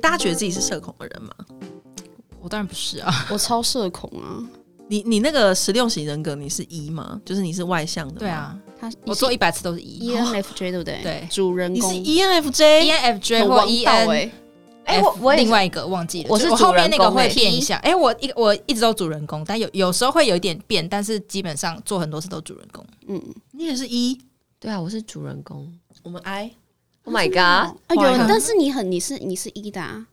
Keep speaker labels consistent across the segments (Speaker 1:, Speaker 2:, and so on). Speaker 1: 大家觉得自己是社恐的人吗？
Speaker 2: 我当然不是啊，
Speaker 3: 我超社恐啊，
Speaker 1: 你你那个十六型人格，你是一吗？就是你是外向的，
Speaker 2: 对，啊，
Speaker 3: 他
Speaker 2: 我做一百次都是 E。
Speaker 3: ENFJ 对不对？
Speaker 2: 对
Speaker 3: 主人
Speaker 1: 你是
Speaker 3: 公
Speaker 1: ENFJ，
Speaker 2: ENFJ
Speaker 3: 很
Speaker 2: 或
Speaker 3: 王
Speaker 2: E
Speaker 3: 道
Speaker 2: N
Speaker 3: 欸
Speaker 1: 哎我我也是
Speaker 2: 另外一个忘记了，
Speaker 3: 我是
Speaker 2: 就后面那
Speaker 3: 主人
Speaker 2: 个
Speaker 3: 公欸
Speaker 2: 会变一下。哎、我一我一直都主人公，但有有时候会有一点变，但是基本上做很多事都主人公。
Speaker 3: 嗯，
Speaker 1: 你也是一，
Speaker 4: 对啊，我是主人公。
Speaker 1: 我们 I，
Speaker 4: Oh my god！
Speaker 3: 啊有
Speaker 1: 哇那，
Speaker 3: 但是你很你是你是 E 的啊，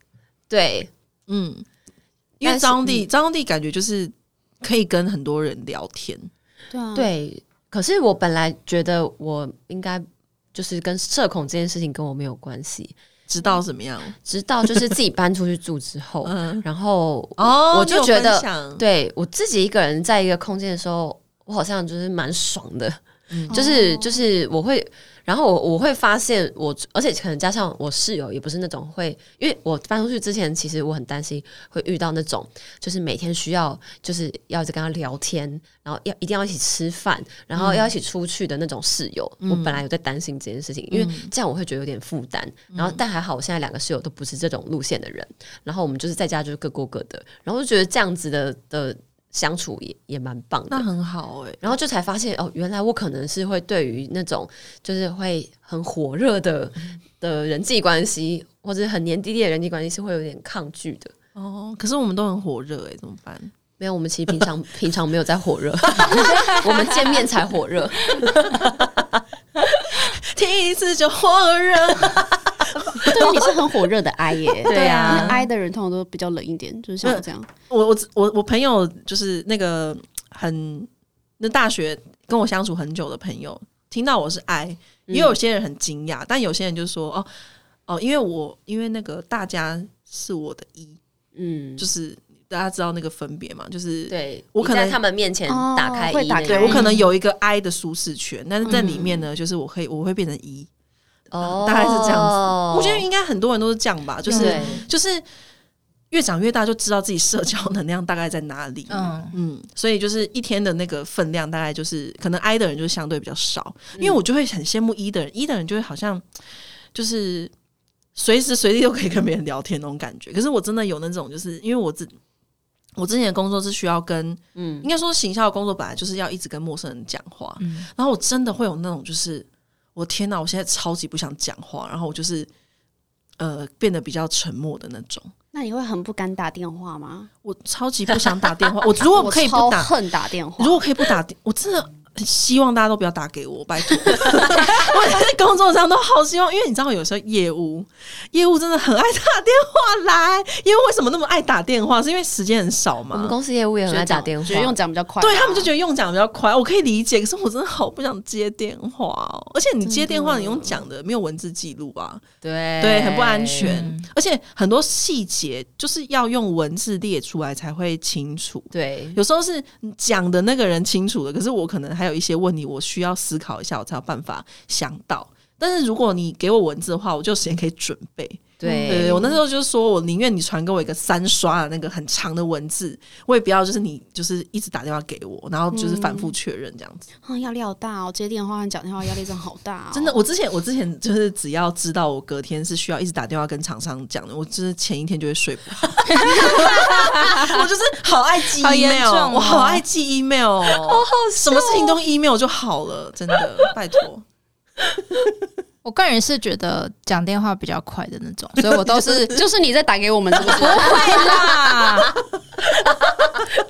Speaker 4: 对，
Speaker 1: 嗯，因为
Speaker 4: 但是
Speaker 1: 张帝张帝感觉就是可以跟很多人聊天，
Speaker 3: 对啊，
Speaker 4: 对，可是我本来觉得我应该就是跟社恐这件事情跟我没有关系，
Speaker 1: 知道怎么样，
Speaker 4: 直到就是自己搬出去住之后，
Speaker 1: 嗯，
Speaker 4: 然后
Speaker 1: 哦，
Speaker 4: 我就
Speaker 1: 你有
Speaker 4: 觉得
Speaker 1: 分享，
Speaker 4: 对我自己一个人在一个空间的时候，我好像就是蛮爽的，
Speaker 1: 嗯
Speaker 4: 就是
Speaker 3: 哦
Speaker 4: 就是我会，然后我我会发现我，而且可能加上我室友也不是那种会，因为我搬出去之前，其实我很担心会遇到那种就是每天需要就是要一直跟他聊天，然后要一定要一起吃饭，
Speaker 1: 嗯
Speaker 4: 然后要一起出去的那种室友。我本来有在担心这件事情，因为
Speaker 1: 嗯
Speaker 4: 这样我会觉得有点负担。然后但还好，我现在两个室友都不是这种路线的人，然后我们就是在家就是各过各的，然后我就觉得这样子的的相处也也蛮棒的
Speaker 1: 那。很好哎、
Speaker 4: 然后就才发现哦，原来我可能是会对于那种就是会很火热的
Speaker 1: 嗯
Speaker 4: 的人际关系，或者很黏滴滴的人际关系是会有点抗拒的。
Speaker 1: 哦，可是我们都很火热哎、怎么办？
Speaker 4: 没有，我们其实 平常平常没有在火热， 我们见面才火热。
Speaker 1: 听一次就火热，
Speaker 3: 对，啊你是很火热的 I 耶，
Speaker 4: 对啊
Speaker 3: 因为 I 的人通常都比较冷一点，就是像我这样，
Speaker 1: 我我只我我朋友就是那个很那大学跟我相处很久的朋友，听到我是 I，也
Speaker 4: 嗯
Speaker 1: 有些人很惊讶，但有些人就说哦哦，因为我因为那个大家是我的一、
Speaker 4: 嗯，
Speaker 1: 就是大家知道那个分别嘛，就是
Speaker 4: 对，
Speaker 1: 我可能
Speaker 4: 你在他们面前打开
Speaker 3: 哦会
Speaker 4: 一
Speaker 3: 打
Speaker 4: 那
Speaker 3: 开
Speaker 1: 对
Speaker 4: 个
Speaker 1: 我可能有一个 I 的舒适圈，但是在里面
Speaker 4: 嗯
Speaker 1: 呢，就是我可以我会变成一、
Speaker 4: 哦，
Speaker 1: 大概是这样子
Speaker 4: 子
Speaker 1: 我觉得应该很多人都是这样吧，就是
Speaker 4: 哦对
Speaker 1: 就是越长越大就知道自己社交能量大概在哪里，
Speaker 2: 嗯，
Speaker 1: 嗯，所以就是一天的那个分量，大概就是可能 I 的人就相对比较少，因为我就会很羡慕 E 的人，E 的人就会好像就是随时随地都可以跟别人聊天那种感觉。可是我真的有那种，就是因为我之我之前的工作是需要跟，嗯，应该说行销的工作本来就是要一直跟陌生人讲话，然后我真的会有那种就是我天哪，我现在超级不想讲话，然后我就是呃变得比较沉默的那种。
Speaker 3: 那你会很不敢打电话吗？
Speaker 1: 我超级不想打电 话，我如果可以不
Speaker 3: 超
Speaker 1: 打，
Speaker 3: 恨打电话
Speaker 1: 如，果可以不打， 我真的很希望大家都不要打给我，拜托。 我在工作上都好希望，因为你知道，有时候业务业务真的很爱打电话来。因为为什么那么爱打电话？是因为时间很少
Speaker 4: 我们
Speaker 1: 嘛。
Speaker 4: 公司业务也很爱打电话
Speaker 3: 觉，得用讲比较快啊，
Speaker 1: 对他们就觉得用讲比较快，我可以理解。可是我真的好不想接电话哦，而且你接电话，你用讲的没有文字记录啊，
Speaker 2: 对
Speaker 1: 对，很不安全。
Speaker 2: 嗯
Speaker 1: 而且很多细节就是要用文字列出来才会清楚。
Speaker 4: 对
Speaker 1: 有时候是讲的那个人清楚的，可是我可能还有一些问题，我需要思考一下，我才有办法想到。但是如果你给我文字的话，我就有时间可以准备。对
Speaker 4: 对
Speaker 1: 对，我那时候就是说我宁愿你传给我一个三刷的那个很长的文字，我也不要就是你就是一直打电话给我，然后就是反复确认这样子。
Speaker 3: 啊压力好大哦，接电话和讲电话压力真的好大哦，
Speaker 1: 真的，我之前我之前就是只要知道我隔天是需要一直打电话跟厂商讲的，我就是前一天就会睡不好。 我就是好爱记
Speaker 2: 好严
Speaker 1: email，、
Speaker 2: 重哦
Speaker 1: 我好爱记 email，哦、什么事情都用 email 就好了，真的，拜托。
Speaker 2: 我个人是觉得讲电话比较快的那种，所以我都 是
Speaker 3: 就是你在打给我们，是不是？
Speaker 2: 会啦。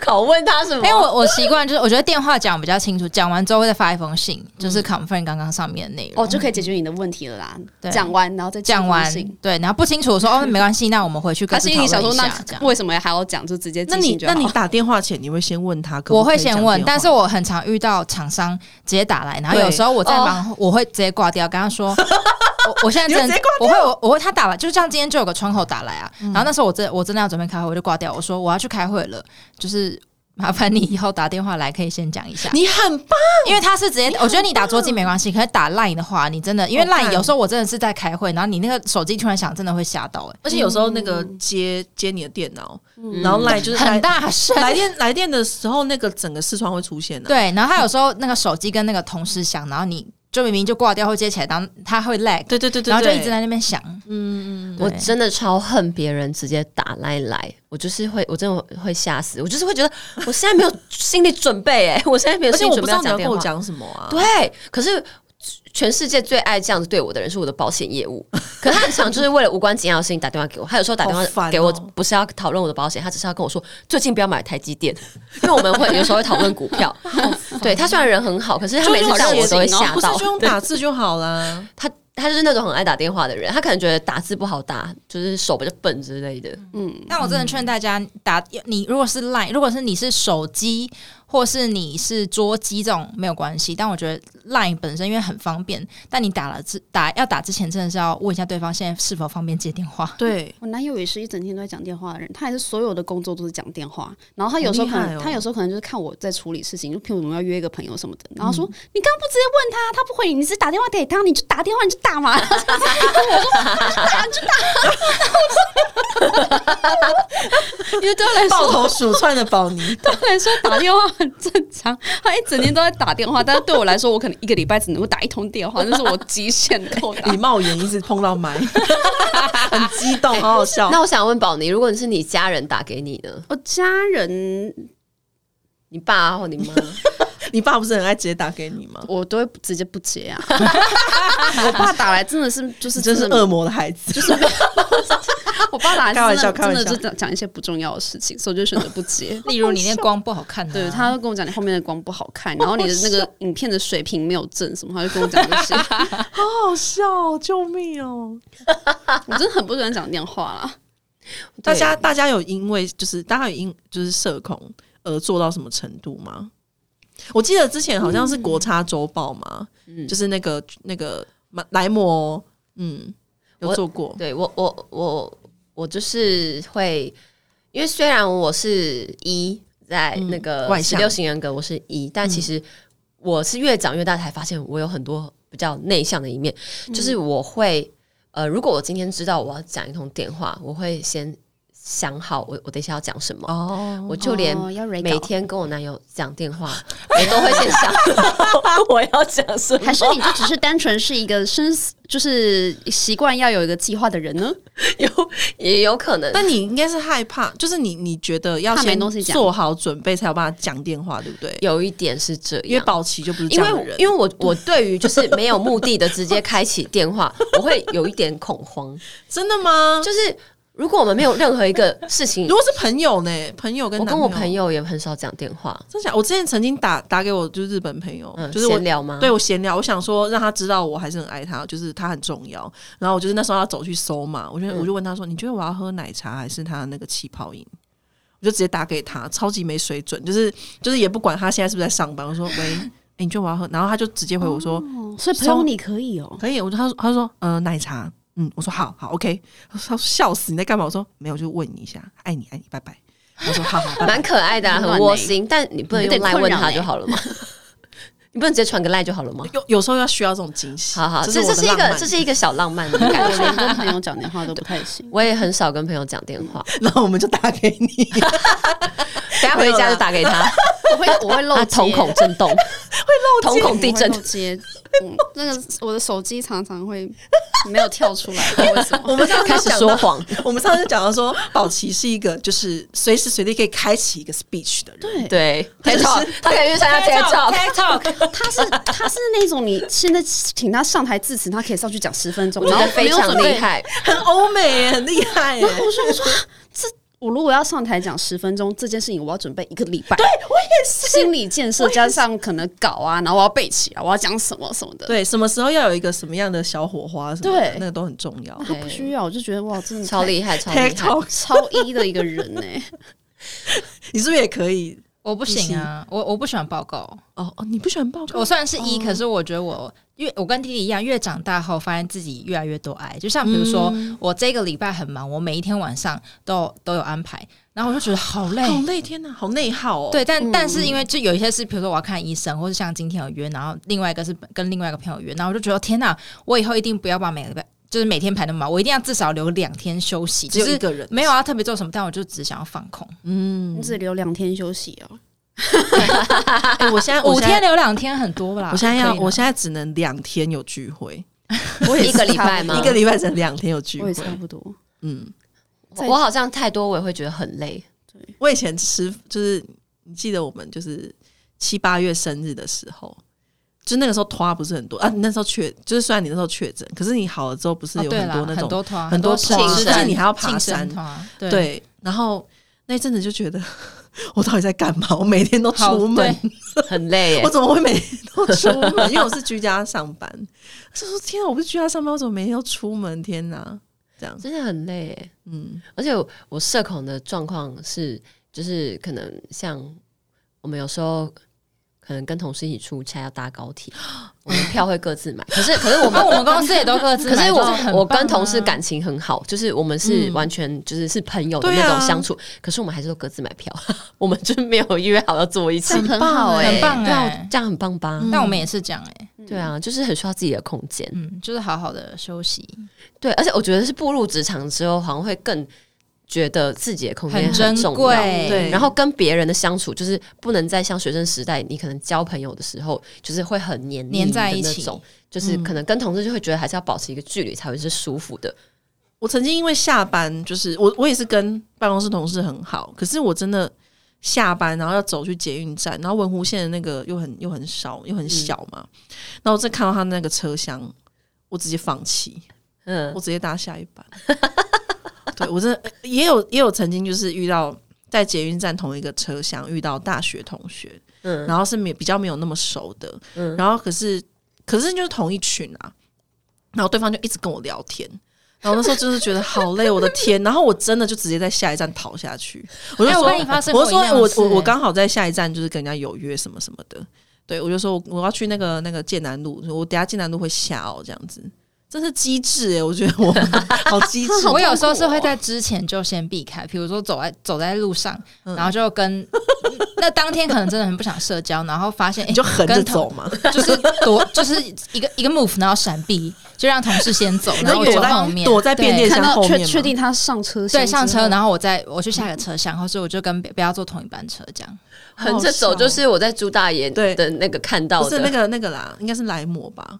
Speaker 4: 拷问他什么？
Speaker 2: 因为哎我我习惯就是，我觉得电话讲比较清楚，讲完之后会再发一封信，就是 confirm 刚刚上面的内容。
Speaker 3: 哦，就可以解决你的问题了啦。
Speaker 2: 对
Speaker 3: 讲完，然后再
Speaker 2: 讲完
Speaker 3: 进行
Speaker 2: 对，然后不清楚我说哦没关系，那我们回去各
Speaker 3: 他
Speaker 2: 自
Speaker 3: 心
Speaker 2: 讨
Speaker 3: 里想
Speaker 2: 论
Speaker 3: 说，
Speaker 2: 一
Speaker 3: 那
Speaker 2: 下这样。
Speaker 3: 为什么还要讲？就直接
Speaker 1: 那
Speaker 3: 进
Speaker 1: 你
Speaker 3: 行就
Speaker 1: 那
Speaker 3: 好。
Speaker 1: 你打电话前，你会先问他可不
Speaker 2: 我
Speaker 1: 可以讲
Speaker 2: 会先
Speaker 1: 电话，
Speaker 2: 问，但是我很常遇到厂商直接打来，然后有时候我在忙，我会直接挂掉，跟他说。我我现在
Speaker 1: 你会
Speaker 2: 真
Speaker 1: 直
Speaker 2: 的
Speaker 1: 接挂，
Speaker 2: 我会我我会他打来，就像今天就有个窗口打来啊，然后那时候我真我真的要准备开会，我就挂掉，我说我要去开会了，就是麻烦你以后打电话来可以先讲一下，
Speaker 1: 你很棒，
Speaker 2: 因为他是直接，我觉得你打桌机没关系，可是打 Line 的话，你真的因为
Speaker 1: 好看
Speaker 2: Line 有时候我真的是在开会，然后你那个手机突然响，真的会吓到哎、
Speaker 1: 而且有时候那个接接你的电脑，
Speaker 3: 嗯
Speaker 1: 然后赖就是
Speaker 2: 很
Speaker 1: 来
Speaker 2: 大声。
Speaker 1: 来电来电的时候，那个整个视窗会出现的、啊
Speaker 2: 对，然后他有时候那个手机跟那个同时响，然后你。就明明就挂掉或接起来，然后它会 lag，
Speaker 1: 对对对对，
Speaker 2: 然后就
Speaker 1: 对
Speaker 2: 一直在那边想，
Speaker 1: 嗯嗯嗯，
Speaker 4: 我
Speaker 2: 对
Speaker 4: 真的超恨别人直接打赖来，我就是会，我真的会吓死，我就是会觉得我现在没有心理准备、哎，我现在没有
Speaker 1: 而且
Speaker 4: 心理
Speaker 1: 我
Speaker 4: 准
Speaker 1: 不
Speaker 4: 备
Speaker 1: 知道你
Speaker 4: 讲
Speaker 1: 要
Speaker 4: 电
Speaker 1: 跟
Speaker 4: 话。
Speaker 1: 我讲什么啊，
Speaker 4: 对，可是全世界最爱这样子对我的人是我的保险 业务，可是他很常就是为了无关紧要的事情打电话给我，他有时候打电
Speaker 1: 好烦
Speaker 4: 话
Speaker 1: 哦
Speaker 4: 给我不是要讨论我的保险，他只是要跟我说最近不要买台积电， 因为我们会有时候会讨论股 票。
Speaker 1: 哦
Speaker 4: 对他虽然人很好，可是他
Speaker 1: 就
Speaker 4: 每次
Speaker 1: 用
Speaker 4: 打我都会
Speaker 1: 写信哦
Speaker 4: 吓
Speaker 1: 不是
Speaker 4: 到。
Speaker 1: 就用打字就好啦。
Speaker 4: 他他就是那种很爱打电话的人，他可能觉得打字不好打，就是手比较笨之类的。
Speaker 3: 嗯，
Speaker 2: 但我真的劝大家打你，如果是 Line，如果是你是手机或是你是桌机这种没有关系，但我觉得 Line 本身因为很方便，但你打了之打要打之前真的是要问一下对方现在是否方便接电话。。
Speaker 1: 对，
Speaker 3: 我男友也是一整天都在讲电话的人，他也是所有的工作都是讲电话。然后他有时候可
Speaker 1: 好厉
Speaker 3: 能，
Speaker 1: 害哦
Speaker 3: 他有时候可能就是看我在处理事情，就譬如我们要约一个朋友什么的，然后
Speaker 1: 嗯
Speaker 3: 说、你刚刚不直接问他，他不回你，你只打电话给他，你就打电话你 就打嘛。
Speaker 4: 因为对来
Speaker 1: 抱头鼠窜的宝 妮，
Speaker 3: 对他来说打电话很正常，他一整天都在打电话，但是对我来说，我可能一个礼拜只能够打一通电话，那是我极限够打
Speaker 1: 李。茂言一直碰到麦， 很激动，好好笑。
Speaker 4: 那我想问宝妮，如果你是你家人打给你呢？
Speaker 3: 我家人
Speaker 4: 你爸或你 妈？
Speaker 1: 你爸不是很爱直接打给你吗？
Speaker 3: 我都会直接不接啊。 我爸打来真的是就是
Speaker 1: 你真是恶魔的孩子， 就是
Speaker 3: 我爸打来
Speaker 1: 开玩
Speaker 3: 真
Speaker 1: 笑
Speaker 3: 的
Speaker 1: 开玩
Speaker 3: 真
Speaker 1: 笑
Speaker 3: 的就讲讲一些不重要的事情，所以我就选择不接
Speaker 2: 例如你那光不好看、啊，
Speaker 3: 对，他就跟我讲你后面的光不好看，然后你的那个影片的水平没有正什么，他就跟我讲这些。
Speaker 1: 好好笑哦，救命哦！
Speaker 3: 我真的很不喜欢讲电话啦。
Speaker 1: 大家大家有因为就是大家有因就是社恐而做到什么程度吗？我记得之前好像是国差周报嘛，
Speaker 3: 嗯
Speaker 1: 就是那个那个马莱摩，嗯，有
Speaker 4: 我
Speaker 1: 做过，
Speaker 4: 对我，我，我，我就是会，因为虽然我是一在
Speaker 1: 嗯
Speaker 4: 那个
Speaker 1: 外
Speaker 4: 十
Speaker 1: 向嗯
Speaker 4: 六型人格，我是一，但其实我是越长越大才发现我有很多比较内向的一面，就是
Speaker 1: 嗯
Speaker 4: 我会，呃，如果我今天知道我要讲一通电话，我会先想好我我等一下要讲什么，
Speaker 1: 哦，
Speaker 4: 我就连
Speaker 3: 哦要 re
Speaker 4: 每天跟我男友讲 电话，我都会先想 我要讲什么，
Speaker 3: 还是你就只是单纯是一个生死，就是习惯要有一个计划的人呢？
Speaker 4: 有也有可能，
Speaker 1: 但你应该是害怕，就是你你觉得要
Speaker 3: 怕没
Speaker 1: 先
Speaker 3: 东西讲
Speaker 1: 做好准备才有办法讲电话，对不对？
Speaker 4: 有一点是这样，
Speaker 1: 因为宝琪就不是这
Speaker 4: 因
Speaker 1: 样的
Speaker 4: 为
Speaker 1: 人，
Speaker 4: 因为我我对于就是没有目的的直接开启电话，我会有一点恐慌。
Speaker 1: 真的吗？
Speaker 4: 就是如果我们没有任何一个事情
Speaker 1: 嗯如，果是朋友呢？朋友跟
Speaker 4: 我
Speaker 1: 男
Speaker 4: 跟我朋友也很少讲电话，
Speaker 1: 真假？我之前曾经打打给我就是日本朋友，
Speaker 4: 嗯，
Speaker 1: 就是我
Speaker 4: 闲聊吗？
Speaker 1: 对我闲聊，我想说让他知道我还是很爱他，就是他很重要。然后我就是那时候要走去搜嘛，我就、
Speaker 4: 嗯
Speaker 1: 我就问他说：“你觉得我要喝奶茶还是他那个气泡饮？”我就直接打给他，超级没水准，就是就是也不管他现在是不是在上班。我说：“喂， 诶你觉得我要喝？”然后他就直接回我说：“
Speaker 3: 所以
Speaker 1: 朋友
Speaker 3: 你可以哦，
Speaker 1: 可以。”我就他说他说：“呃，奶茶。”嗯，我说好好，OK。他说笑死，你在干嘛？我说没有，就问你一下，爱你爱你，拜拜。他说好好，拜拜
Speaker 4: 蛮可爱的、啊，
Speaker 3: 很
Speaker 4: 很
Speaker 3: 暖
Speaker 4: 窝
Speaker 3: 欸
Speaker 4: 心。但你不能
Speaker 3: 有
Speaker 4: 用
Speaker 3: 点
Speaker 4: 赖
Speaker 3: 困
Speaker 4: 问
Speaker 3: 扰
Speaker 4: 他
Speaker 3: 欸
Speaker 4: 就好了吗？ 你不能直接传个赖就好了吗？
Speaker 1: 有有时候要需要这种惊喜。
Speaker 4: 好好，
Speaker 1: 这
Speaker 4: 这
Speaker 1: 我
Speaker 4: 这
Speaker 1: 的
Speaker 4: 是一
Speaker 1: 浪
Speaker 4: 个
Speaker 1: 漫
Speaker 4: 这是一个小浪漫的 感
Speaker 3: 我
Speaker 4: 觉。
Speaker 3: 连跟朋友讲电话都不太行。
Speaker 4: 我也很少跟朋友讲电话，
Speaker 1: 然后我们就打给你，
Speaker 4: 等一下回家就打给他，
Speaker 3: 我会我会漏
Speaker 4: 他
Speaker 3: 接
Speaker 4: 瞳孔震动，会漏瞳孔地震
Speaker 3: 我会。漏接，嗯，那个我的手机常常会没有跳出来，不知道为什 么？
Speaker 1: 我们上次
Speaker 4: 开始
Speaker 1: 讲
Speaker 4: 说
Speaker 1: 到
Speaker 4: 谎，
Speaker 1: 我们上次讲到说，宝琪是一个就是随时随地可以开启一个 speech 的人，
Speaker 3: 对，
Speaker 4: 对
Speaker 1: 他就是
Speaker 4: ，TikTok，他可以去参加 TikTok，
Speaker 3: 他是他是那种你现在请他上台致辞，他可以上去讲十分钟，
Speaker 4: 我觉
Speaker 3: 然
Speaker 4: 得
Speaker 3: 后
Speaker 4: 非
Speaker 3: 没有
Speaker 4: 常
Speaker 3: 准备
Speaker 4: 厉。害。
Speaker 1: 很欧美耶，很厉害耶。
Speaker 3: 然后我说我说啊 这我如果要上台讲十分钟这件事情，我要准备一个礼拜。对我也是心理建设加上可能稿啊，然后我要背起来，我要讲什么什么的。
Speaker 1: 对，什么时候要有一个什么样的小火花什么的，
Speaker 3: 对
Speaker 1: 那个都很重要。
Speaker 3: 他不需要，我就觉得哇，真的
Speaker 4: 超
Speaker 3: 嗯太
Speaker 4: 厉害，超厉害！
Speaker 1: TikTok，
Speaker 3: 超一的一个人 呢、
Speaker 1: 你是不是也可以？
Speaker 2: 我不行啊，我我不喜欢报告。
Speaker 1: 哦哦，你不喜欢报告
Speaker 2: 我？虽然是
Speaker 1: 哦
Speaker 2: 一、可是我觉得我越我跟弟弟一样，越长大后发现自己越来越多爱。就像比如说，
Speaker 1: 嗯
Speaker 2: 我这个礼拜很忙，我每一天晚上都有都有安排，然后我就觉得好累。
Speaker 1: 好累，天哪，好内耗哦。
Speaker 2: 对，但但是因为就有一些是，比如说我要看医生，或是像今天有约，然后另外一个是跟另外一个朋友约，然后我就觉得天哪，我以后一定不要把每个礼拜就是每天排那么满，我一定要至少留两天休息，
Speaker 1: 只有
Speaker 2: 就
Speaker 1: 一
Speaker 2: 是啊
Speaker 1: 个人，
Speaker 2: 没有要特别做什么，但我就只想要放空。
Speaker 1: 嗯
Speaker 3: 你，只留两天休息哦、
Speaker 1: 哎 我现在
Speaker 2: 五
Speaker 1: 我现在
Speaker 2: 天留两天很多啦。
Speaker 1: 我现在要
Speaker 2: 可以啦
Speaker 1: 我现在只能两天有聚会，
Speaker 3: 我也是
Speaker 4: 一个礼拜吗
Speaker 1: 一个礼拜只能两天有聚
Speaker 3: 我也
Speaker 1: 会。
Speaker 3: 差不多。
Speaker 1: 嗯，
Speaker 3: 在
Speaker 4: 我好像太多，我也会觉得很累。
Speaker 1: 我以前吃就是你记得我们就是七八月生日的时候。就那个时候拖不是很多啊，你那时候确就是虽然你那时候确诊，可是你好了之后不是
Speaker 2: 哦
Speaker 1: 有
Speaker 2: 对
Speaker 1: 很
Speaker 2: 啦
Speaker 1: 多那
Speaker 2: 很
Speaker 1: 种
Speaker 2: 多团
Speaker 1: 很多
Speaker 2: 神
Speaker 4: 庆生
Speaker 2: 而且
Speaker 1: 你还要爬
Speaker 2: 庆生
Speaker 1: 山
Speaker 2: 团，对
Speaker 1: 对，然后那一阵子就觉得 我到底在干嘛？我每天都出门，
Speaker 2: 好
Speaker 4: 很累耶
Speaker 1: 我。怎么会每天都出 门？因为我是居家上班。就说天啊，我不是居家上班，我怎么每天都出门？天哪，这样，
Speaker 4: 真的很累耶，
Speaker 1: 嗯，
Speaker 4: 而且我我社恐的状况是，就是可能像我们有时候可能跟同事一起出差要搭高铁，我们票会各自买，可是可是我
Speaker 2: 我们
Speaker 4: 们
Speaker 2: 我们公司也都各自
Speaker 4: 可
Speaker 2: 买，
Speaker 4: 是
Speaker 2: 就是很棒啊
Speaker 4: 我我跟同事感情很好，就是我们是
Speaker 1: 嗯
Speaker 4: 完全就是是朋友的
Speaker 1: 对
Speaker 4: 那
Speaker 1: 啊
Speaker 4: 种相处，可是我们还是都各自买票， 我们就是没有约好要坐一起
Speaker 3: 这，样很好哎、
Speaker 2: 很棒
Speaker 4: 对啊
Speaker 2: 哎，，
Speaker 4: 这样很棒
Speaker 1: 嗯
Speaker 4: 吧？
Speaker 2: 但我们也是这样哎，
Speaker 4: 对啊，就是很需要自己的空间。
Speaker 2: 嗯，就是好好的休息，
Speaker 4: 对，而且我觉得是步入职场之后，好像会更觉得自己的空间
Speaker 2: 很珍
Speaker 4: 重要。
Speaker 2: 贵，
Speaker 1: 对
Speaker 4: 然后跟别人的相处，就是不能再像学生时代，你可能交朋友的时候，就是会很黏腻
Speaker 2: 黏在
Speaker 4: 的
Speaker 2: 一
Speaker 4: 那
Speaker 2: 起
Speaker 4: 种，就是可能跟同事就会觉得还是要保持一个距离才会是舒服的。
Speaker 1: 我曾经因为下班，就是我我也是跟办公室同事很好，可是我真的下班然后要走去捷运站，然后文湖线的那个又很又很少又很小嘛，然后我再看到他那个车厢，我直接放弃。
Speaker 4: 嗯
Speaker 1: 我，直接搭下一班。 对我真的也有也有曾经就是遇到在捷运站同一个车厢遇到大学同学，
Speaker 4: 嗯
Speaker 1: 然后是没比较没有那么熟的，
Speaker 4: 嗯
Speaker 1: 然后可是可是就是同一群啊，然后对方就一直跟我聊天。然后那时候就是觉得好累，我的天！然后我真的就直接在下一站跑下去，我就
Speaker 2: 哎
Speaker 1: 说，
Speaker 2: 我跟你发生
Speaker 1: 我
Speaker 2: 过
Speaker 1: 就说
Speaker 2: 一样的
Speaker 1: 我
Speaker 2: 事
Speaker 1: 我我
Speaker 2: 哎
Speaker 1: 刚好在下一站就是跟人家有约什么什么的，对我就说我我要去那个那个剑南路，我等下剑南路会下哦，这样子，真是机智哎、我觉得我好哦机 智，
Speaker 2: 我有时候是会在之前就先避开，比如说走在走在路上，
Speaker 1: 嗯
Speaker 2: 然后就跟 那当天可能真的很不想社交，然后发现哎、
Speaker 1: 你就横着
Speaker 2: 跟同
Speaker 1: 走嘛，
Speaker 2: 就是躲，就是一个一个 move，然后闪避，就让同事先走，然后我
Speaker 1: 躲
Speaker 2: 走
Speaker 1: 在
Speaker 2: 后面，
Speaker 1: 躲在变电
Speaker 2: 对
Speaker 3: 看
Speaker 1: 箱
Speaker 3: 到
Speaker 1: 后
Speaker 3: 确
Speaker 1: 面嘛
Speaker 3: 确定他上车厢
Speaker 2: 对上
Speaker 3: 之
Speaker 2: 车，
Speaker 3: 后
Speaker 2: 然后我再我去下个车厢，或是我就跟别不要坐同一班车这样。
Speaker 4: 横着走就是我在朱大爷
Speaker 1: 对
Speaker 4: 的那个看到
Speaker 1: 不是
Speaker 4: 的，
Speaker 1: 那个那个啦，应该是莱姆吧，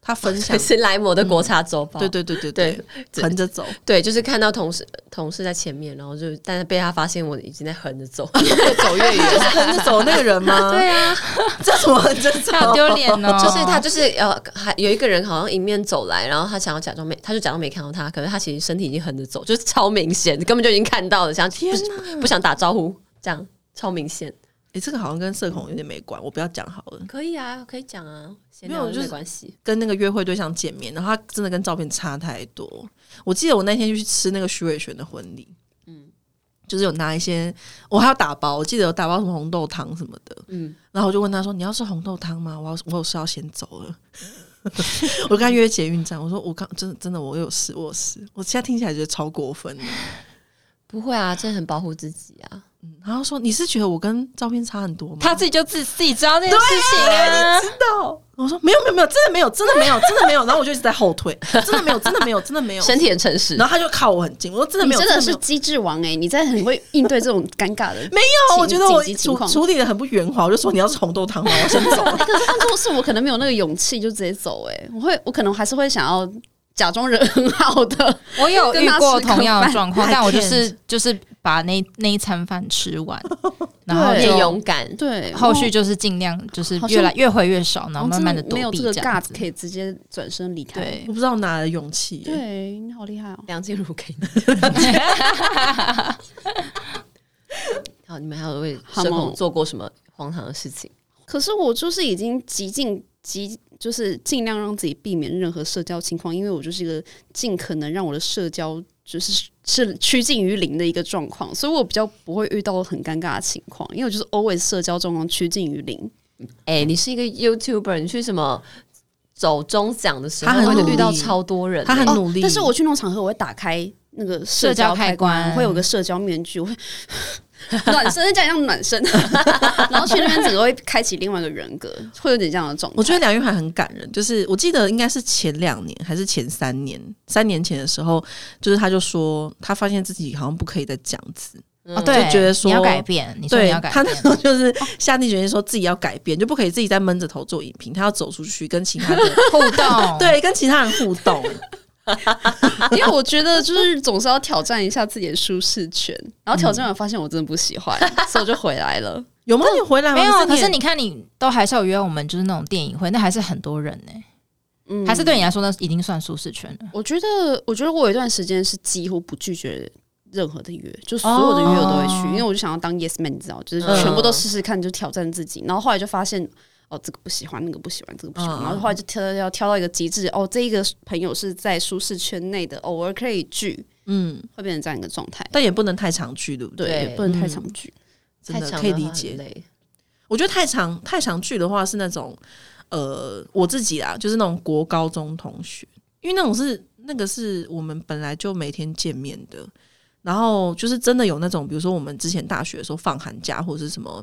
Speaker 1: 他分享
Speaker 4: 还，是莱摩的国茶周报。
Speaker 1: 对对对对
Speaker 4: 对
Speaker 1: 对，横着 走，
Speaker 4: 对，就是看到同事同事在前面，然后就但是被他发现我已经在横着走，越走越远。
Speaker 1: 就是横着走那个人吗？
Speaker 2: 对啊，
Speaker 1: 这怎么横着走？
Speaker 2: 好丢脸 哦！
Speaker 4: 就是他，就是呃，还有一个人好像迎面走来，然后他想要假装没，他就假装没看到他，可是他其实身体已经横着走，就是超明显，根本就已经看到了，想不
Speaker 1: 天
Speaker 4: 不想打招呼，这样超明显。
Speaker 1: 哎、这个好像跟社恐有点没关，我不要讲好了。
Speaker 4: 可以啊，可以讲啊，闲
Speaker 1: 没有
Speaker 4: 聊就
Speaker 1: 就是
Speaker 4: 没关系。
Speaker 1: 跟那个约会对象见面，然后他真的跟照片差太多。我记得我那天就去吃那个徐伟璇的婚礼，嗯，就是有拿一些，我还要打包，我记得有打包什么红豆汤什么的，
Speaker 4: 嗯，
Speaker 1: 然后我就问他说：“你要吃红豆汤吗？我要我有事要先走了。” 我跟他约捷运站，我说我刚真的真的我有事，我有事。我现在听起来觉得超过分的。
Speaker 4: 不会啊，真的很保护自己啊。
Speaker 1: 嗯然后说你是觉得我跟照片差很多吗？
Speaker 2: 他自己就自自己知道这件事情啊。
Speaker 1: 道。我说没有没有没有，真的没有，真的没有，真的没有。 然后我就一直在后退，真的没有，真的没有，真的没有。
Speaker 4: 身体很诚实
Speaker 1: 然，后他就靠我很近，我说真的
Speaker 3: 你
Speaker 1: 没有，
Speaker 3: 真
Speaker 1: 的
Speaker 3: 的
Speaker 1: 没
Speaker 3: 是
Speaker 1: 有
Speaker 3: 机智王哎、你在很会应对这种尴尬的
Speaker 1: 没有。啊我觉得我
Speaker 3: 紧急情
Speaker 1: 处
Speaker 3: 况
Speaker 1: 处理的很不圆滑，我就说你要是红豆汤吗？我先走了。
Speaker 3: 哎可是换做是我，可能没有那个勇气就直接走、欸。我会，我可能还是会想要假装人很好的。
Speaker 2: 我有遇过同样的状况，
Speaker 1: 跟
Speaker 2: 但
Speaker 1: 他
Speaker 2: 我
Speaker 1: 吃
Speaker 2: 就
Speaker 1: 个饭
Speaker 2: 是就是把那那一餐饭吃完，然后
Speaker 4: 也
Speaker 2: 就
Speaker 4: 勇敢。
Speaker 3: 对，
Speaker 2: 后续就是尽量就是
Speaker 3: 好像
Speaker 2: 越来越回越少，然
Speaker 3: 然
Speaker 2: 后
Speaker 3: 后
Speaker 2: 慢慢的
Speaker 3: 没有
Speaker 2: 躲避
Speaker 3: 这个
Speaker 2: 这
Speaker 3: g
Speaker 2: 样
Speaker 3: u
Speaker 2: 子
Speaker 3: t。可以直接转身离开。，
Speaker 2: 对
Speaker 1: 我， 不知道哪来的勇气耶、
Speaker 3: 对你好厉害哦！
Speaker 4: 梁静茹给你。 好，你们还有为
Speaker 3: 好
Speaker 4: 社
Speaker 3: 吗
Speaker 4: 恐做过什么荒唐的事情？
Speaker 3: 可是我就是已经极尽极，就是尽量让自己避免任何社交情况，因为我就是一个尽可能让我的社交就是是趋近于零的一个状况，所以我比较不会遇到很尴尬的情况，因为我就是 always 社交状况趋近于零。
Speaker 4: 哎、你是一个 YouTuber，你去什么走中奖的时候，
Speaker 1: 他很
Speaker 4: 哇就
Speaker 1: 努
Speaker 4: 遇到
Speaker 1: 力
Speaker 4: 超多人欸、
Speaker 1: 他很
Speaker 3: 哦
Speaker 1: 努力
Speaker 3: 但是我去那种场合，我会打开那个社
Speaker 2: 社交
Speaker 3: 交
Speaker 2: 开
Speaker 3: 开
Speaker 2: 关
Speaker 3: 会有个社交面具，我会暖身，这样像暖身， 然后去那边整个会开启另外一个人格，会有点这样的状态。
Speaker 1: 我觉得梁玉涵很感人，就是我记得应该是前两年还是前三年，三年前的时候，就是他就说他发现自己好像不可以再这样子，
Speaker 4: 嗯
Speaker 1: 哦对就觉得说
Speaker 2: 你要改变，你说你
Speaker 1: 对
Speaker 2: 要改
Speaker 1: 他那
Speaker 2: 变
Speaker 1: 时，候就是下定决心说自己要改变，就不可以自己再闷着头做影评，他要走出去跟其他 的
Speaker 2: 互动
Speaker 1: 对跟其他人互动。
Speaker 3: 因为我觉得就是总是要挑战一下自己的舒适圈，然后挑战完发现我真的不喜 欢，所以我就回来了。
Speaker 1: 有吗？你回来吗？
Speaker 2: 没有啊，可
Speaker 1: 也
Speaker 2: 是你看，你都还是有约我们，就是那种电影会，那还是很多人呢、
Speaker 3: 嗯，
Speaker 2: 还是对你来说，那已经算舒适圈了。
Speaker 3: 我觉得，我觉得我有一段时间是几乎不拒绝任何的约，就所有的约我都会去，
Speaker 2: 哦
Speaker 3: 因为我就想要当 yes man，你知道，就是
Speaker 4: 嗯
Speaker 3: 全部都试试看，就挑战自己。然后后来就发现，哦，这个不喜欢，那个不喜欢，这个不喜欢。
Speaker 4: 嗯
Speaker 3: 然后后来就挑挑挑挑到一个极致，哦，这一个朋友是在舒适圈内的，偶尔可以聚，
Speaker 1: 嗯，
Speaker 3: 会变成这样一个状态。
Speaker 1: 但也不能太常去，对不对？
Speaker 4: 对嗯
Speaker 3: 对，不能太常聚。
Speaker 1: 真
Speaker 4: 太
Speaker 1: 的
Speaker 4: 长
Speaker 1: 可以
Speaker 4: 的
Speaker 1: 理
Speaker 4: 话很
Speaker 1: 解。
Speaker 4: 累
Speaker 1: 我觉得太常太常去的话是那种，呃，我自己啊，就是那种国高中同学，因为那种是那个是我们本来就每天见面的，然后就是真的有那种，比如说我们之前大学的时候放寒假或者是什么，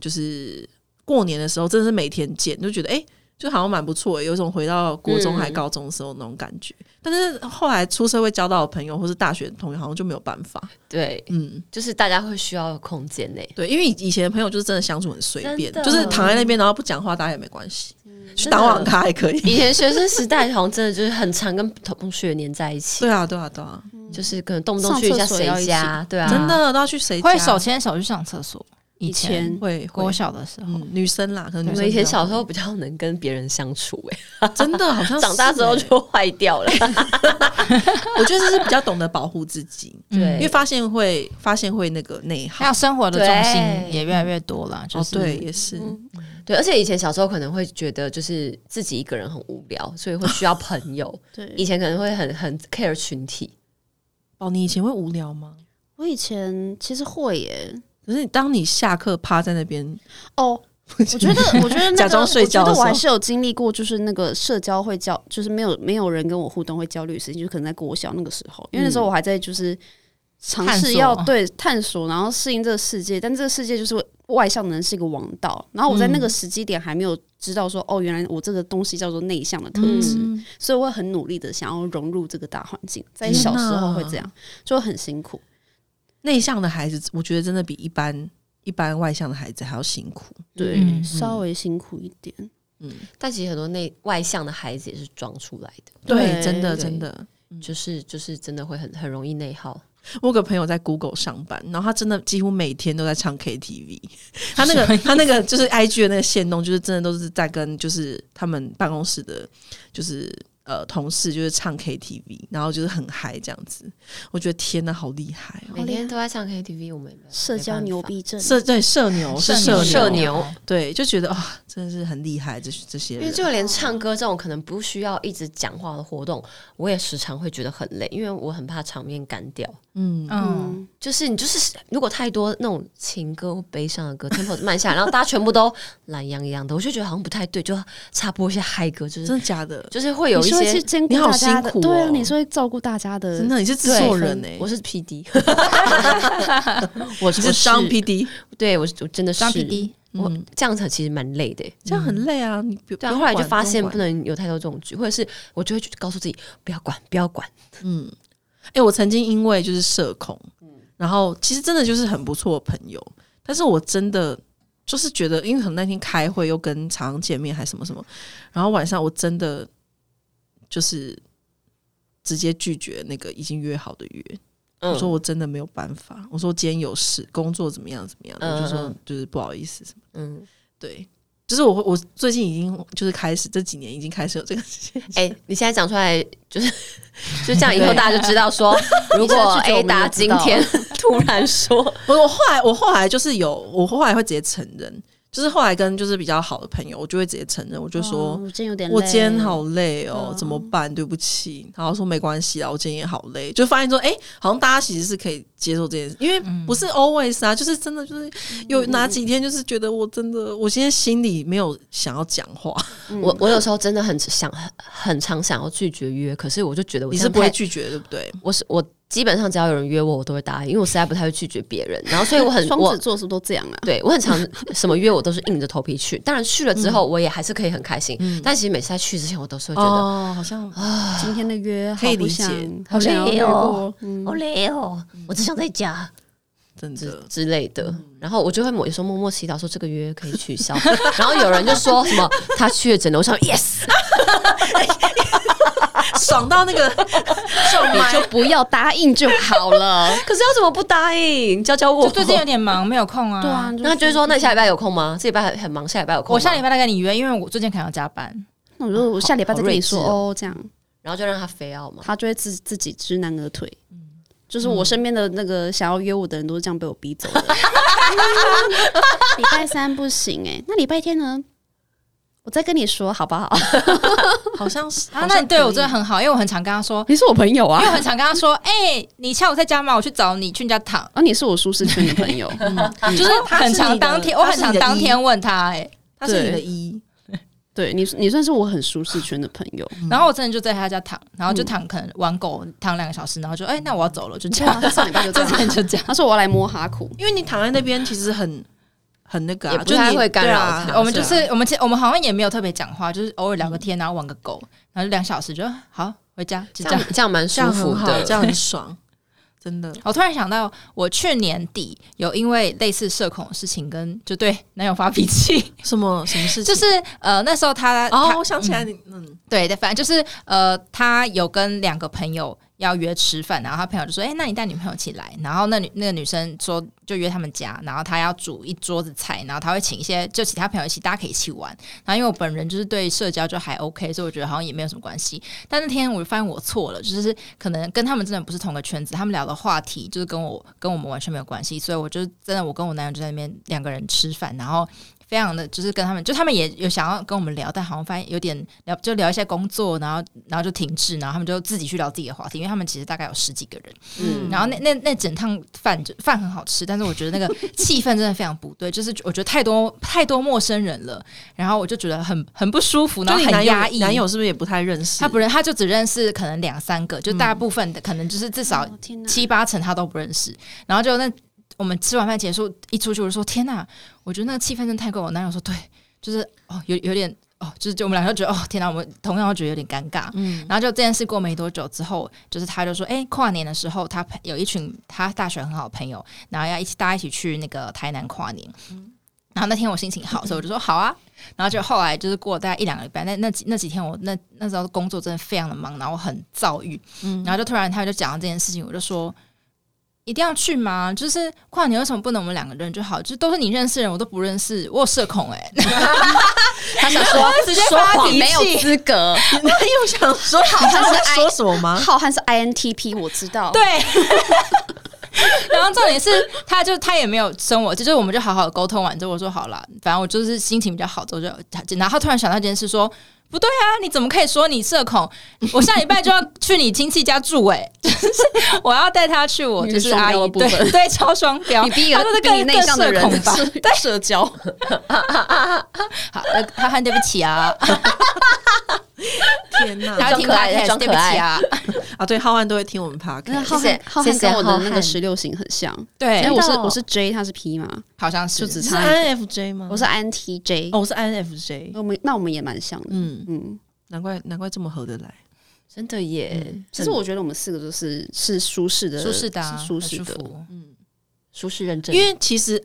Speaker 1: 就是过年的时候，真的是每天见，就觉得哎。诶就好像蛮不错的，有一种回到国中还
Speaker 3: 嗯
Speaker 1: 高中的时候那种感觉。但是后来出社会交到的朋友或是大学同学，好像就没有办法。
Speaker 4: 对，
Speaker 1: 嗯，
Speaker 4: 就是大家会需要空间内、
Speaker 1: 对，因为以以前的朋友就是真的相处很随便，
Speaker 4: 真的
Speaker 1: 就是躺在那边然后不讲话，大家也没关系，去
Speaker 4: 真的
Speaker 1: 打网咖还可以。
Speaker 4: 以前学生时代好像真的就是很常跟同学黏在一起，
Speaker 1: 对啊，对啊，对啊，
Speaker 4: 就是可能动不动去一下谁
Speaker 3: 上厕所也要
Speaker 4: 家，对啊，
Speaker 1: 真的都要去谁家
Speaker 2: 会手牵手去上厕所，以
Speaker 3: 以前
Speaker 2: 前
Speaker 1: 会
Speaker 2: 我
Speaker 1: 会，
Speaker 2: 小的时候，
Speaker 1: 嗯，女生啦，可能女
Speaker 4: 我
Speaker 1: 生
Speaker 4: 们以前
Speaker 1: 比较
Speaker 4: 小时候比较能跟别人相处、欸，
Speaker 1: 真的好像 是
Speaker 4: 长大之后
Speaker 1: 欸
Speaker 4: 就坏掉了。
Speaker 1: 我觉得这是比较懂得保护自 己，
Speaker 2: 嗯
Speaker 1: 因为发现会发现会那个内
Speaker 2: 还
Speaker 1: 耗
Speaker 2: 有。生活的重心
Speaker 4: 对
Speaker 2: 也越来越多了，就
Speaker 1: 哦，
Speaker 2: 是
Speaker 1: 对，也是，
Speaker 4: 对，而且以前小时候可能会觉得就是自己一个人很无聊，所以会需要朋 友。以
Speaker 3: 对，
Speaker 4: 前可能会很很 care 群体，
Speaker 1: 哦，你以前会无聊吗？
Speaker 3: 我以前其实会耶。
Speaker 1: 可是当你下课趴在那边，
Speaker 3: 哦，我觉得，我觉得、那个、
Speaker 1: 假装睡觉
Speaker 3: 我
Speaker 1: 的时
Speaker 3: 觉得
Speaker 1: 候
Speaker 3: 我还是有经历过，就是那个社交会焦，就是没有没有人跟我互动会焦虑的事情，就可能在国小那个时候，因为那时候我还在就是尝试要
Speaker 2: 探索
Speaker 3: 对探索，然后适应这个世界，但这个世界就是外向的人是一个王道，然后我在那
Speaker 1: 嗯
Speaker 3: 个时机点还没有知道说，哦，原来我这个东西叫做内向的特质，
Speaker 1: 嗯
Speaker 3: 所以我会很努力的想要融入这个大环境，在小时候会这样，就很辛苦。
Speaker 1: 内向的孩子，我觉得真的比一般一般外向的孩子还要辛苦。
Speaker 3: 对，
Speaker 2: 嗯嗯
Speaker 3: 稍微辛苦一点。
Speaker 1: 嗯，
Speaker 4: 但其实很多内外向的孩子也是装出来的，
Speaker 1: 对，
Speaker 3: 对
Speaker 1: 真的
Speaker 4: 对
Speaker 1: 真的，
Speaker 4: 就是就是真的会很很容易内耗。
Speaker 1: 我有个朋友在 Google 上班，然后他真的几乎每天都在唱 KTV。他 那个他那个就是 IG 的那个线动，就是真的都是在跟就是他们办公室的，就是呃同事就是唱 KTV，然后就是很嗨这样子。我觉得天呐，好厉害哦！
Speaker 4: 每天都在唱 KTV，我们也没有
Speaker 3: 社交牛，逼症，
Speaker 1: 社对社牛是社
Speaker 4: 社
Speaker 1: 牛，
Speaker 4: 牛
Speaker 1: 对，就觉得啊、真的是很厉害，这这些
Speaker 4: 没办法因为
Speaker 1: 人。
Speaker 4: 就连唱歌这种可能不需要一直讲话的活动，我也时常会觉得很累，因为我很怕场面干掉。
Speaker 1: 嗯，
Speaker 2: 嗯，
Speaker 3: 嗯，
Speaker 4: 就是你就是如果太多那种情歌或悲伤的歌 tempo 慢下来，然后大家全部都懒洋洋的，我就觉得好像不太对，就要插播一些嗨歌，就是
Speaker 1: 真的假的？
Speaker 4: 就是会有一
Speaker 3: 你是会去
Speaker 4: 些。
Speaker 3: 兼顾
Speaker 1: 你好
Speaker 3: 大家的，
Speaker 1: 辛苦哦
Speaker 3: 对啊，你是会照顾大家的，
Speaker 1: 真的你是制作人哎、
Speaker 4: 呃我是 P D，
Speaker 1: 我是张 PD，
Speaker 4: 对我是我真的是
Speaker 2: 张 PD
Speaker 4: 我
Speaker 1: 嗯，
Speaker 4: 这样子其实蛮累的欸。
Speaker 1: 这样很累啊。你不
Speaker 4: 对啊，后来就发现
Speaker 1: 不能。用管
Speaker 4: 不能有太多这种局，或者是我就会去告诉自己不要管，不要管。
Speaker 1: 嗯，哎、我曾经因为就是社恐，
Speaker 4: 嗯
Speaker 1: 然后其实真的就是很不错的朋友，但是我真的就是觉得，因为可能那天开会又跟常常见面还什么什么，然后晚上我真的就是直接拒绝那个已经约好的约，
Speaker 4: 嗯
Speaker 1: 我说我真的没有办法，我说今天有事，工作怎么样怎么样，
Speaker 4: 嗯
Speaker 1: 我就说
Speaker 4: 嗯
Speaker 1: 就是不好意思什么，
Speaker 4: 嗯，
Speaker 1: 对。就是我，我最近已经就是开始这几年已经开始有这个 事情，
Speaker 4: 哎、你现在讲出来就是 就这样，以后大家就知道说， 如果
Speaker 3: 你现在去
Speaker 4: A
Speaker 3: 救我们就知道
Speaker 4: 达今天 突然说
Speaker 1: 我我后来我后来就是有，我后来会直接承认，就是后来跟就是比较好的朋友，我就会直接承认，我就
Speaker 3: 哦
Speaker 1: 说、
Speaker 3: 我今天有点累，
Speaker 1: 我今天好累哦，
Speaker 3: 嗯
Speaker 1: 怎么办？对不起。然后说没关系啊，我今天也好累，就发现说，哎、好像大家其实是可以接受这件事，因为不是 always 啊，就是真的就是有哪几天就是觉得我真的，我今天心里没有想要讲话，
Speaker 3: 嗯，
Speaker 4: 我我有时候真的很想很很常想要拒绝约，可是我就觉得我
Speaker 1: 你
Speaker 4: 这
Speaker 1: 是
Speaker 4: 样
Speaker 1: 不会
Speaker 4: 太
Speaker 1: 拒绝，对不对？
Speaker 4: 我是我基本上只要有人约我，我都会答应，因为我实在不太会拒绝别人。然后所以我很
Speaker 3: 双
Speaker 4: 我
Speaker 3: 子座是不是都这样啊？
Speaker 4: 对我很常 什么约我都是硬着头皮去，当然去了之后我也还是可以很开心，但其实每次在去之前我都是会觉得、
Speaker 1: 哦，好像
Speaker 3: 今天的约
Speaker 1: 可以
Speaker 3: 好不
Speaker 1: 理解
Speaker 3: 想
Speaker 4: 好
Speaker 3: 好想要
Speaker 4: 累
Speaker 3: 越
Speaker 4: 哦
Speaker 3: 过，嗯
Speaker 4: 好累哦，我只想在家。
Speaker 1: 真
Speaker 4: 之
Speaker 1: 的。
Speaker 4: 之类的，然后我就会有时候默默祈祷说这个约可以取消，然后有人就说什么他确诊了，我想 yes，
Speaker 1: 爽到那个上
Speaker 3: 你就不要答应就好了。
Speaker 4: 可是要怎么不答应？教教我。
Speaker 2: 就最近有点忙，没有空啊。
Speaker 3: 对啊，，
Speaker 4: 那他就会说，那你下礼拜有空吗？这礼拜很很忙，下礼拜有空吗。
Speaker 2: 我下礼拜再跟你约，因为我最近可能要加班。
Speaker 3: 那我就我下礼拜再跟你说
Speaker 4: 好睿智
Speaker 3: 哦，这样
Speaker 4: 然后就让他飞奥嘛。
Speaker 3: 他就会自自己知难而退。就是我身边的那个想要约我的人都是这样被我逼走的。 礼拜三不行哎、那礼拜天呢？我再跟你说好不好？
Speaker 1: 好像是
Speaker 2: 啊，那你对我真的
Speaker 1: 的
Speaker 2: 很好，因为我很常跟他说，
Speaker 3: 你是我朋友啊
Speaker 2: 因为我很常跟他说，哎、你下午在家吗？我去找你，去你家躺。
Speaker 3: 哦而你是我舒适圈的朋友，
Speaker 2: 就是很常当天，我很常当天问他、哎，
Speaker 1: 他是你的
Speaker 3: 对
Speaker 1: 一，
Speaker 3: 对你，你算是我很舒适圈的朋友。
Speaker 2: 然后我真的就在他家躺，然后就躺，可能玩狗躺两个小时，然后就哎、那我要走了，就这
Speaker 3: 对 啊，
Speaker 2: 样，
Speaker 3: 他上礼拜就这
Speaker 2: 就这样
Speaker 3: 样，
Speaker 2: 就这样。
Speaker 3: 他说我要来摸哈库，
Speaker 1: 因为你躺在那边其实很很那个、啊，
Speaker 4: 也不太
Speaker 1: 就你
Speaker 4: 会干扰
Speaker 1: 对啊
Speaker 4: 他
Speaker 2: 我们就
Speaker 1: 啊
Speaker 2: 是我们其，我们好像也没有特别讲话，就是偶尔聊个天，然啊后玩个狗，然后就两小时就好回家，就这
Speaker 4: 这
Speaker 2: 样
Speaker 4: 样。这样蛮
Speaker 1: 这
Speaker 4: 舒
Speaker 1: 样
Speaker 4: 服
Speaker 1: 很好，
Speaker 4: 的，
Speaker 1: 这样很爽，真的。
Speaker 2: 我突然想到，我去年底有因为类似社恐的事情跟就对男友发脾气，
Speaker 1: 什么什么事情？
Speaker 2: 就是呃那时候他
Speaker 1: 哦，
Speaker 2: 他
Speaker 1: 我想起来你，嗯，
Speaker 2: 对的，反正就是呃，他有跟两个朋友要约吃饭，然后他朋友就说：“哎、那你带女朋友一起来。”然后那女那个女生说就约他们家，然后他要煮一桌子菜，然后他会请一些就其他朋友一起，大家可以一起玩。然后因为我本人就是对社交就还 OK，所以我觉得好像也没有什么关系。但那天我就发现我错了，就是可能跟他们真的不是同个圈子，他们聊的话题就是跟我跟我们完全没有关系，所以我就真的我跟我男友就在那边两个人吃饭，然后非常的就是跟他们，就他们也有想要跟我们聊，但好像发现有点聊，就聊一些工作，然后然后就停滞，然后他们就自己去聊自己的话题，因为他们其实大概有十几个人，
Speaker 1: 嗯
Speaker 2: 嗯，然后那那那整趟饭就饭很好吃，但是我觉得那个气氛真的非常不对， 就是我觉得太多太多陌生人了，然后我就觉得很很不舒服，
Speaker 1: 就
Speaker 2: 然后
Speaker 1: 你
Speaker 2: 很
Speaker 1: 男
Speaker 2: 压
Speaker 1: 友
Speaker 2: 抑。
Speaker 1: 男友是不是也不太认识？
Speaker 2: 他不认，他就只认识可能两三个，就大部分的、可能就是至少
Speaker 3: 哦天哪
Speaker 2: 七八成他都不认识。然后就那我们吃完饭结束一出去，我就说天呐，我觉得那个气氛真的太够。我男友说对，就是哦，有有点哦，就是就我们俩就觉得哦，天呐，我们同样都觉得有点尴尬。
Speaker 1: 嗯
Speaker 2: 然后就这件事过没多久之后，就是他就说，哎、跨年的时候，他朋有一群他大学很好的朋友，然后要一起大家一起去那个台南跨年。然后那天我心情好，所以我就说好啊。然后就后来就是过了大概一两个礼拜，那那几那几天我那那时候工作真的非常的忙，然后我很躁郁，
Speaker 1: 嗯
Speaker 2: 然后就突然他就讲到这件事情，我就说一定要去吗？就是跨年为什么不能我们两个人就好？就都是你认识的人，我都不认识，我有社恐哎、
Speaker 3: 他想说
Speaker 2: 直接
Speaker 3: 说
Speaker 2: 发脾
Speaker 3: 谎
Speaker 2: 气
Speaker 3: 没有资格，
Speaker 1: 男友想说，
Speaker 3: 好
Speaker 1: 他
Speaker 3: 他是
Speaker 1: 在
Speaker 3: 爱
Speaker 1: 说什么 吗？
Speaker 3: 浩瀚是 INTP，我知道。
Speaker 2: 对。 然后重点是，他就他也没有生我，就是我们就好好地沟通完之后，我说好了，反正我就是心情比较好之后就，然后他突然想到一件事说。不对啊！你怎么可以说你社恐？我下礼拜就要去你亲戚家住、欸， 就是我要带他去我
Speaker 3: 你
Speaker 2: 就是是阿
Speaker 3: 双标的
Speaker 2: 姨
Speaker 3: 部分
Speaker 2: 对对超双标，
Speaker 3: 你逼一
Speaker 2: 他
Speaker 3: 个
Speaker 2: 就是
Speaker 3: 逼你
Speaker 2: 更
Speaker 3: 内向
Speaker 2: 更
Speaker 3: 的
Speaker 2: 社
Speaker 3: 人
Speaker 2: 恐 吧？
Speaker 3: 社社交，
Speaker 2: 好，呃他很对不起 啊，
Speaker 1: 天哪！
Speaker 2: 他
Speaker 4: 装
Speaker 2: 听
Speaker 4: 可爱
Speaker 2: podcast，
Speaker 4: 装可
Speaker 2: 对不起
Speaker 4: 爱
Speaker 2: 啊，
Speaker 1: 啊，对，浩瀚都会听我们 p o d
Speaker 3: 那
Speaker 1: c
Speaker 3: 浩
Speaker 4: 谢谢
Speaker 3: 瀚浩
Speaker 4: 谢
Speaker 3: 瀚
Speaker 4: 谢
Speaker 3: 跟我的那
Speaker 4: 浩
Speaker 3: 个
Speaker 4: 瀚
Speaker 3: 十六型很像，因为
Speaker 2: 对，
Speaker 3: 我是
Speaker 4: 真的哦
Speaker 3: 我是 J，他是 P 嘛，
Speaker 2: 好像是
Speaker 3: 就只
Speaker 1: 是
Speaker 3: 差一
Speaker 1: INFJ 吗？
Speaker 3: 我是
Speaker 1: 嗯
Speaker 3: INTJ，
Speaker 1: 哦，我是 INFJ。
Speaker 3: 我们那我们也蛮像的。
Speaker 1: 嗯，
Speaker 3: 嗯，
Speaker 1: 难怪难怪这么合得来。
Speaker 4: 真的耶。
Speaker 3: 其实我觉得我们四个都是是舒适的，
Speaker 2: 舒适的啊，
Speaker 3: 是舒
Speaker 2: 很
Speaker 3: 适
Speaker 2: 舒
Speaker 3: 的。
Speaker 2: 服
Speaker 1: 嗯，
Speaker 4: 舒适认真，
Speaker 1: 因为其实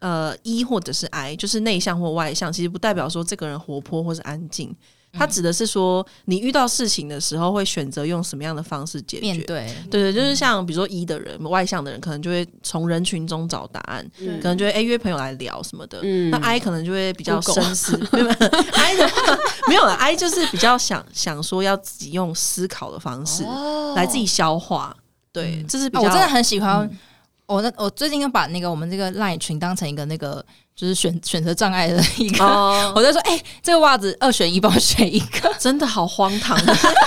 Speaker 1: 呃，E 或者是 I，就是内向或外向，其实不代表说这个人活泼或是安静。
Speaker 2: 嗯
Speaker 1: 它指的是说，你遇到事情的时候会选择用什么样的方式解
Speaker 2: 面
Speaker 1: 决。
Speaker 2: 对，
Speaker 1: 对对，就是像比如说 E 的人，外向的人，可能就会从人群中找答案，
Speaker 2: 嗯
Speaker 3: 对
Speaker 1: 可能就会哎约朋友来聊什么的。
Speaker 3: 嗯
Speaker 1: 那 I 可能就会比较
Speaker 3: Google
Speaker 1: 深思， 没有没有 I 的话 没有了，I 就是比较想想说要自己用思考的方式、来自己消化。对，这是比
Speaker 2: 啊，
Speaker 1: 较、
Speaker 2: 哦我真的很喜欢。我那我最近要把那个我们这个 line 群当成一个那个就是选选择障碍的一个，
Speaker 1: 哦，
Speaker 2: 我在说，哎、这个袜子二选一，帮我选一 个。
Speaker 1: 真的好荒唐，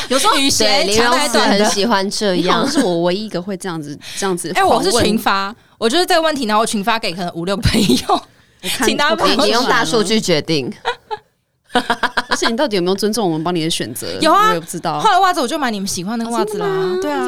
Speaker 1: 有时候
Speaker 2: 雨
Speaker 4: 对
Speaker 2: 鞋
Speaker 4: 林
Speaker 2: 长
Speaker 4: 荣
Speaker 2: 来
Speaker 4: 子
Speaker 2: 短
Speaker 4: 很
Speaker 2: 的，
Speaker 4: 喜欢这
Speaker 3: 你好
Speaker 4: 样
Speaker 3: 像，是我唯一一个会这样子这样子
Speaker 2: 哎、
Speaker 3: 狂
Speaker 2: 我
Speaker 3: 问。
Speaker 2: 是群发，我就是这个问题，然后我群发给可能五六个朋 友。
Speaker 3: 我看，
Speaker 2: 请大家
Speaker 3: 我看
Speaker 2: 帮
Speaker 4: 你
Speaker 2: 我
Speaker 4: 你用
Speaker 3: 出来
Speaker 4: 大
Speaker 3: 了
Speaker 4: 数，据决定，
Speaker 3: 而且你到底有没有尊重我们帮你的选择？
Speaker 2: 有啊
Speaker 3: 我也不知道
Speaker 2: 后。来袜子我就买你们喜欢那个袜子啦，
Speaker 3: 哦真
Speaker 2: 对啊，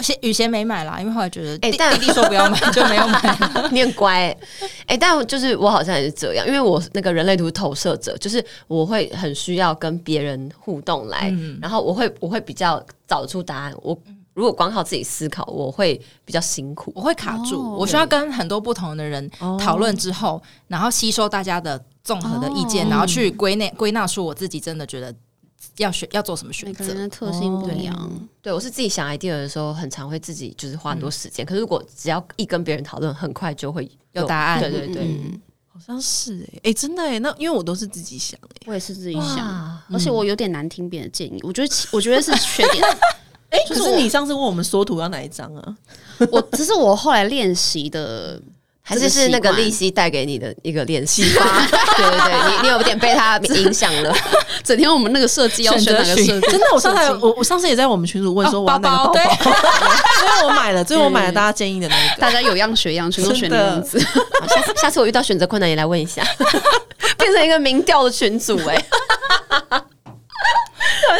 Speaker 2: 鞋雨鞋没买啦，因为后来觉得弟
Speaker 4: 哎但
Speaker 2: 弟弟说不要买，就没有买。
Speaker 4: 你很乖、欸。哎、但就是我好像也是这样，因为我那个人类图投射者，就是我会
Speaker 2: 嗯
Speaker 4: 很需要跟别人互动来，然后我会我会比较找出答案。我如果光靠自己思考，我会比较辛苦。
Speaker 2: 我会卡住，
Speaker 3: 哦
Speaker 2: 我需要跟很多不同的人讨论之后，然后吸收大家的综合的意见，然后去归纳归纳出我自己真的觉得要选要做什么选
Speaker 3: 每个
Speaker 2: 择
Speaker 3: 人。的特性不一样，
Speaker 4: 对我是自己想 idea 的时候，很常会自己就是
Speaker 2: 嗯
Speaker 4: 花很多时间。可是如果只要一跟别人讨论，很快就会
Speaker 2: 有答案
Speaker 4: 对对对，
Speaker 3: 嗯
Speaker 1: 好像是哎、哎、真的哎、那因为我都是自己想哎、
Speaker 3: 我也是自己想，
Speaker 4: 哇，
Speaker 3: 而且我有点难听别人的建议，我觉得其我觉得是缺点，
Speaker 1: 哎、可
Speaker 3: 就是
Speaker 1: 是
Speaker 3: 我
Speaker 1: 你上次问我们缩图要哪一张啊？
Speaker 3: 我只是我后来练习 的，
Speaker 4: 还是是那个利息带给你的一个练习吧？ 对对对，你你有点被 他影响了。
Speaker 3: 整天我们那个设计要选哪个设计，
Speaker 1: 真的，我上次还有
Speaker 3: 设计
Speaker 1: 我我上次也在我们群组问说
Speaker 2: 哦
Speaker 1: 我要哪个
Speaker 2: 包
Speaker 1: 包包，
Speaker 2: 包对
Speaker 1: 所以我买了，最后我买了
Speaker 3: 对
Speaker 1: 大家建议的那一个。
Speaker 3: 大家有样学样，全都选那样子。
Speaker 4: 好下次下次我遇到选择困难，也来问一下，变成一个民调的群组哎、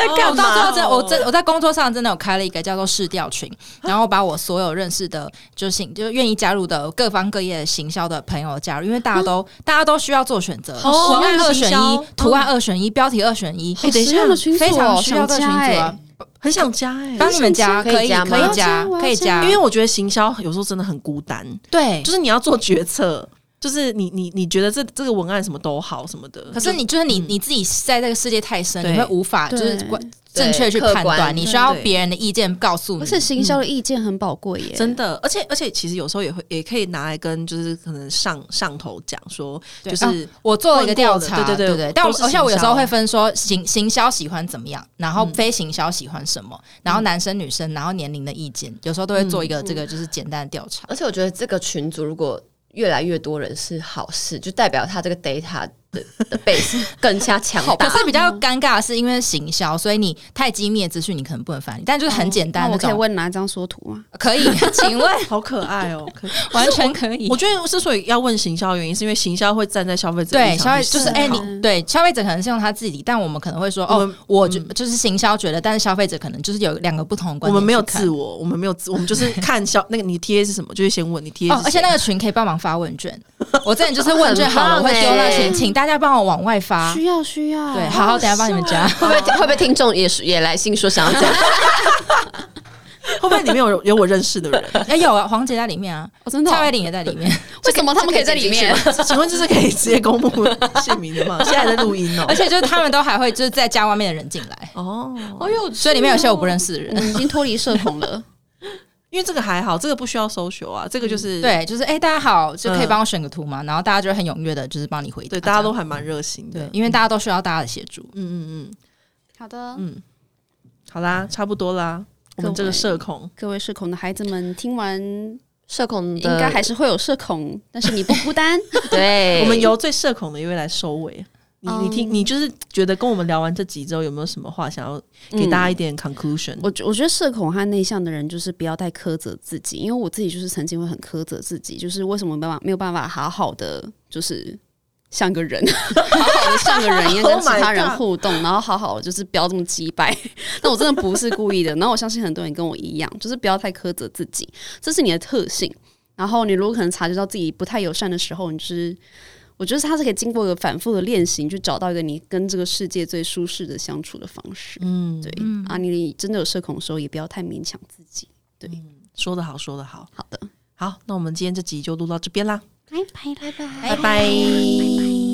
Speaker 2: 我到最后真的，我真我在工作上真的有开了一个叫做试调群，然后把我所有认识的，就是行就是愿意加入的各方各业的行销的朋友加入，因为大家都、大家都需要做选择，
Speaker 1: 好
Speaker 2: 文案
Speaker 1: 实用
Speaker 2: 二
Speaker 1: 的
Speaker 2: 选
Speaker 1: 行销
Speaker 2: 一，图案二选一，标题二选哎一，
Speaker 3: 好实用的群组哦
Speaker 2: 非常需要这个群
Speaker 3: 想加
Speaker 2: 组啊
Speaker 3: 欸，
Speaker 1: 很想加哎、
Speaker 2: 帮你们加，
Speaker 4: 可以
Speaker 2: 可以
Speaker 4: 加
Speaker 2: 可
Speaker 4: 吗
Speaker 2: 以加，
Speaker 3: 我要加
Speaker 2: 可以加，
Speaker 1: 因为我觉得行销有时候真的很孤单，
Speaker 2: 对
Speaker 1: 就。是你要做决策，就是你你你觉得这这个文案什么都好什么的，
Speaker 2: 可是你就是你你自己在这个世界太深，
Speaker 1: 对
Speaker 2: 你会无法啊就
Speaker 3: 对
Speaker 2: 是关正确去判
Speaker 4: 客
Speaker 2: 断，
Speaker 4: 观
Speaker 2: 你需要
Speaker 1: 对
Speaker 2: 别人的意见告诉你
Speaker 3: 而。且行销的意见很宝贵
Speaker 2: 嗯
Speaker 3: 耶，
Speaker 1: 真的，而且而且其实有时候也会也可以拿来跟就是可能上上头讲说，
Speaker 2: 对
Speaker 1: 就是、
Speaker 2: 啊我做了一个调查，
Speaker 1: 问过的
Speaker 2: 对
Speaker 1: 对对对
Speaker 2: 但我
Speaker 1: 都是
Speaker 2: 而且
Speaker 1: 行销
Speaker 2: 我有时候会分说行行销喜欢怎么样，然后非行销喜欢什么，然后男生女生，然后年龄的意见，有时候都会做一个这个就是简单的调查。
Speaker 4: 而且我觉得这个群组如果越来越多人是好事，就代表他这个 data 的的 base 更加强呃大。
Speaker 2: 可是比较尴尬的是，因为行销，所以你太机密的资讯你可能不能翻，但就是很简单
Speaker 3: 哦
Speaker 2: 的
Speaker 3: 那我可以
Speaker 2: 种。
Speaker 3: 问哪张缩图吗？
Speaker 2: 可以，请问
Speaker 1: 好可爱哦、可
Speaker 2: 完全可以
Speaker 1: 我。觉得之所以要问行销，原因是因为行销会站在消费者的
Speaker 2: 对，
Speaker 1: 立
Speaker 2: 消
Speaker 1: 场
Speaker 2: 费
Speaker 1: 去
Speaker 2: 就是
Speaker 1: 思
Speaker 2: 哎、
Speaker 1: 考
Speaker 2: 你对消费者可能是用他自己，但我们可能会说
Speaker 1: 我
Speaker 2: 哦
Speaker 1: 们，嗯
Speaker 2: 我觉、就是行销觉得，但是消费者可能就是有两个不同的观
Speaker 1: 我
Speaker 2: 点。
Speaker 1: 们没有自我，我们没有自，我们就是看消那个你 TA 是什么，就是先问你 TA 是谁、
Speaker 2: 哦，而且那个群可以帮忙发问卷，我之前就是问卷好了，我
Speaker 4: 很
Speaker 2: 会
Speaker 4: 棒
Speaker 2: 丢那
Speaker 4: 欸
Speaker 2: 群，请大家帮我往外发。
Speaker 3: 需要需要，
Speaker 2: 啊对，好好，等一下帮你们加。
Speaker 4: 会不会会不会听众也是也来信说想要这样？
Speaker 1: 会不会里面 有有我认识的人？
Speaker 2: 哎，有啊，黄姐在里面啊，
Speaker 3: 哦真的哦
Speaker 2: 蔡慧玲也在里 面。
Speaker 3: 为什么他们可以在里面？
Speaker 1: 请问这是可以直接公布姓名 的吗？现在还在录音哦、
Speaker 2: 而且就是他们都还会就是再加外面的人进来，
Speaker 1: 哦，
Speaker 2: 所以里面有些我不认识的
Speaker 3: 我
Speaker 2: 人。
Speaker 3: 们已经脱离社恐 了，
Speaker 1: 因为这个还好，这个不需要搜寻啊，这个就是、
Speaker 2: 对，就是哎，大家好，就可以帮我选个图吗？然后大家就会很踊跃的，就是帮你回答。
Speaker 1: 嗯对，大家都
Speaker 2: 这样
Speaker 1: 还蛮热心的。
Speaker 2: 对，因为大家都需要大家的协助。
Speaker 1: 嗯嗯嗯，
Speaker 3: 好的
Speaker 4: 嗯
Speaker 1: 好啦，差不多啦，我们这个社恐。
Speaker 3: 各位社恐的孩子们，听完
Speaker 4: 社恐的
Speaker 3: 应该还是会有社恐，但是你不孤单。
Speaker 4: 对，
Speaker 1: 我们由最社恐的一位来收尾。你你听，你就是觉得跟我们聊完这集之后，有没有什么话想要给大家一点 conclusion？、
Speaker 3: 我觉我觉得社恐和内向的人就是不要太苛责自己，因为我自己就是曾经会很苛责自己，就是为什么没办法没有办法好好的就是。像个人， 好好的像个人一样
Speaker 1: Oh
Speaker 3: 跟其他
Speaker 1: my
Speaker 3: 人
Speaker 1: God
Speaker 3: 互动然后好好地就是不要这么鸡 掰。但我真的不是故意的，然后我相信很多人跟我一样，就是不要太苛责自己，这是你的特性。然后你如果可能察觉到自己不太友善的时候，你就是我觉得它是可以经过一个反复的练习，去找到一个你跟这个世界最舒适的相处的方式。
Speaker 1: 嗯，
Speaker 3: 对、啊，你真的有社恐的时候，也不要太勉强自己。
Speaker 1: 说得好，说得好。
Speaker 3: 好的，
Speaker 1: 好，那我们今天这集就录到这边啦，
Speaker 3: 拜拜拜拜。
Speaker 1: 拜拜